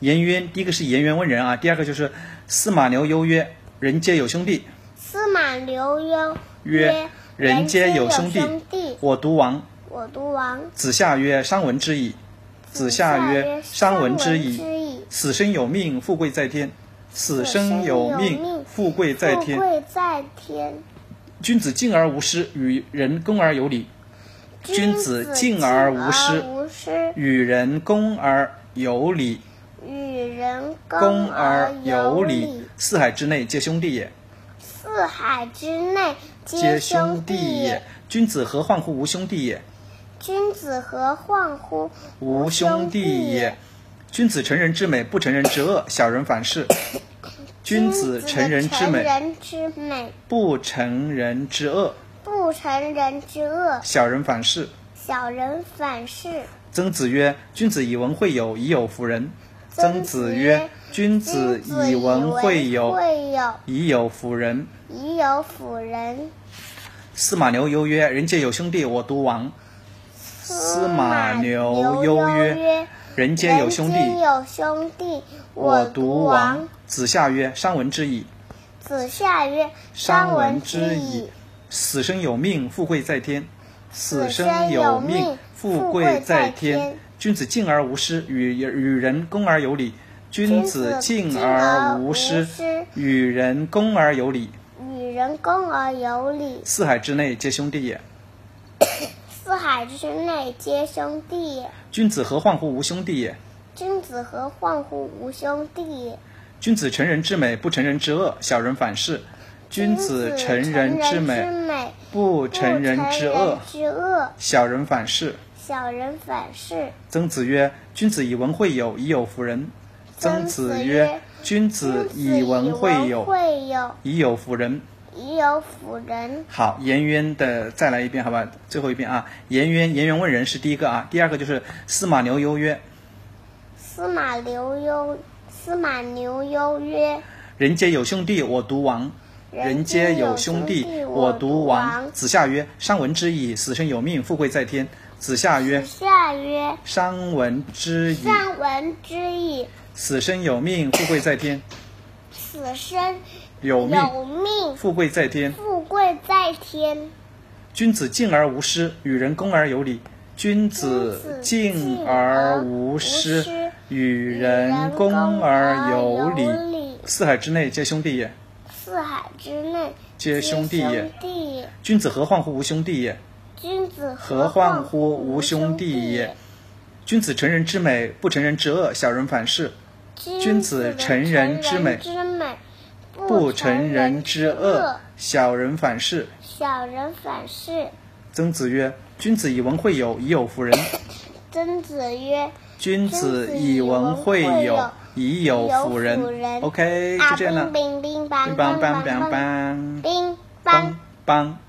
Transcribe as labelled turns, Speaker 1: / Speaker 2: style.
Speaker 1: 颜渊，第一个是颜渊温人啊，第二个就是司马牛忧曰：“人皆有兄弟。”
Speaker 2: 司马牛渊
Speaker 1: 曰：“人皆有兄弟。我独王。
Speaker 2: 我独王。”
Speaker 1: 子夏曰：“商闻之矣。”子夏曰：“商闻之矣。
Speaker 2: 矣。
Speaker 1: 死生有命，富贵在天。死生有命，富贵在天
Speaker 2: 富。贵在天。
Speaker 1: 君子敬而无失，与人恭而有礼。君子敬而无失
Speaker 2: 敬而无失
Speaker 1: 与人恭而有礼，
Speaker 2: 与人
Speaker 1: 恭
Speaker 2: 恭
Speaker 1: 而有
Speaker 2: 有
Speaker 1: 礼。。四海之内皆兄弟也，
Speaker 2: 四海之内
Speaker 1: 皆
Speaker 2: 皆
Speaker 1: 兄
Speaker 2: 兄
Speaker 1: 弟
Speaker 2: 弟
Speaker 1: 也。君子何患乎无兄弟也？
Speaker 2: 君子何患乎
Speaker 1: 无兄弟也。君子成人之美，不成人之恶，小人反是。君子成人之
Speaker 2: 君子
Speaker 1: 美，
Speaker 2: 成人之美
Speaker 1: 不成人之恶，
Speaker 2: 不成人之恶，
Speaker 1: 小人反是。
Speaker 2: 小人反是。
Speaker 1: 曾子曰：“君子以文会友，以友服人。”曾子曰：“君子以文会友，
Speaker 2: 会友，
Speaker 1: 以友服人。”
Speaker 2: 以友辅人。
Speaker 1: 司马牛忧曰：“人皆有兄弟，我独王。”司马牛
Speaker 2: 忧
Speaker 1: 忧曰：“
Speaker 2: 曰：
Speaker 1: 人皆有兄弟，
Speaker 2: 人皆有兄弟，
Speaker 1: 我
Speaker 2: 独
Speaker 1: 独王。”子夏曰：“商闻之矣。”
Speaker 2: 子夏曰：
Speaker 1: 商
Speaker 2: 闻
Speaker 1: 闻之矣
Speaker 2: 矣。。
Speaker 1: 死生有命，富贵在天。死
Speaker 2: 生
Speaker 1: 生
Speaker 2: 有
Speaker 1: 有
Speaker 2: 命
Speaker 1: 命，富
Speaker 2: 富
Speaker 1: 贵在
Speaker 2: 贵在天
Speaker 1: 天。君子敬而无失，与与人恭而有礼。君
Speaker 2: 君
Speaker 1: 子
Speaker 2: 子
Speaker 1: 敬
Speaker 2: 敬
Speaker 1: 而
Speaker 2: 而
Speaker 1: 无
Speaker 2: 无
Speaker 1: 失
Speaker 2: 失，
Speaker 1: 与人恭而有礼。
Speaker 2: 与人恭而有礼，
Speaker 1: 四海之内皆兄弟也。
Speaker 2: 四海之内皆兄弟也。
Speaker 1: 君子何患乎无兄弟也？
Speaker 2: 君子何患乎无兄弟也？
Speaker 1: 君子成人之美，不成人之恶，小人反是。君子成人之
Speaker 2: 君子
Speaker 1: 美，
Speaker 2: 成人之美
Speaker 1: 不
Speaker 2: 不
Speaker 1: 成人之恶，
Speaker 2: 之恶
Speaker 1: 小人反是。
Speaker 2: 小人反是。
Speaker 1: 曾子曰：“君子以文会友，以友服人。”曾
Speaker 2: 曾
Speaker 1: 子
Speaker 2: 子
Speaker 1: 曰
Speaker 2: 曰：“
Speaker 1: 君子以文会友，
Speaker 2: 会友，
Speaker 1: 以友服人。
Speaker 2: 以友辅人”。
Speaker 1: 好，颜渊的再来一遍，好吧，最后一遍啊。颜渊，颜渊问仁是第一个啊，第二个就是司马牛忧曰
Speaker 2: 司马牛忧，司马牛忧曰：“
Speaker 1: 人皆有兄弟，我独王。”人
Speaker 2: 人
Speaker 1: 皆
Speaker 2: 皆
Speaker 1: 有
Speaker 2: 有
Speaker 1: 兄
Speaker 2: 兄
Speaker 1: 弟
Speaker 2: 弟，
Speaker 1: 我
Speaker 2: 我
Speaker 1: 独
Speaker 2: 独
Speaker 1: 王
Speaker 2: 王。
Speaker 1: 子夏曰：“商闻之矣，死生有命，富贵在天。”子夏曰
Speaker 2: 夏曰：“
Speaker 1: 商闻之：“矣，
Speaker 2: 善闻之矣，
Speaker 1: 死生有命，富贵在天。
Speaker 2: 此生
Speaker 1: 有命，
Speaker 2: 有命，
Speaker 1: 富贵在天。”
Speaker 2: 富贵在天。
Speaker 1: 君子敬而无失，与人恭而有礼。君子
Speaker 2: 子敬
Speaker 1: 而
Speaker 2: 而
Speaker 1: 无
Speaker 2: 无
Speaker 1: 失
Speaker 2: 失，
Speaker 1: 与人
Speaker 2: 人
Speaker 1: 恭
Speaker 2: 恭
Speaker 1: 而
Speaker 2: 而
Speaker 1: 有
Speaker 2: 有
Speaker 1: 礼
Speaker 2: 礼。
Speaker 1: 四海之内皆兄弟也。
Speaker 2: 四海之内
Speaker 1: 皆兄弟也
Speaker 2: 兄弟也。
Speaker 1: 君子何患乎无兄弟也？
Speaker 2: 君子
Speaker 1: 何患乎无兄弟也？君子成人之美，不成人之恶，小人反是。君
Speaker 2: 君
Speaker 1: 子
Speaker 2: 子
Speaker 1: 成人
Speaker 2: 成人
Speaker 1: 之
Speaker 2: 之
Speaker 1: 美
Speaker 2: 美，
Speaker 1: 不
Speaker 2: 不
Speaker 1: 成
Speaker 2: 成
Speaker 1: 人
Speaker 2: 人
Speaker 1: 之
Speaker 2: 之
Speaker 1: 恶
Speaker 2: 恶，，
Speaker 1: 小人反是。
Speaker 2: 小人反是。
Speaker 1: 曾子曰：“君子以文会友，以友服人。
Speaker 2: 曾子曰：“
Speaker 1: 君子以文会友，以友服人。OK，就
Speaker 2: 啊，
Speaker 1: 这样了。
Speaker 2: 冰冰冰
Speaker 1: 冰棒
Speaker 2: 棒棒
Speaker 1: 棒
Speaker 2: 棒
Speaker 1: 棒
Speaker 2: 棒
Speaker 1: 棒棒
Speaker 2: 冰棒。
Speaker 1: 棒。